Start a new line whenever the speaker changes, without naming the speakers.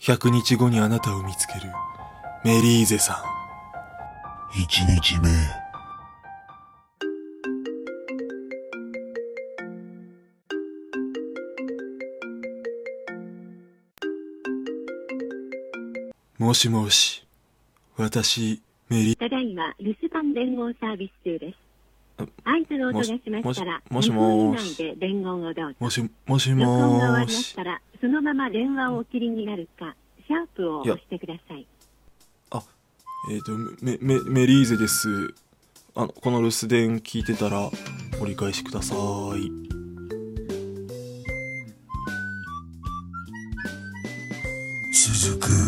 100日後にあなたを見つける、メリーゼさ
一日目、
ん。もしもし、私、メリー、
ただいま留守番伝言サービス中です。合図をお届けしましたら、
もしも
2分以
し
内で伝言をどうぞ。
もし、もし
録音が終わり
も
ま
ー
し
し。
たら、そのまま電話をお切りになるか、シャープを押してください。
えっ、と、メ、メ、メリーゼです。あの、この留守電聞いてたら、折り返しください。
続く。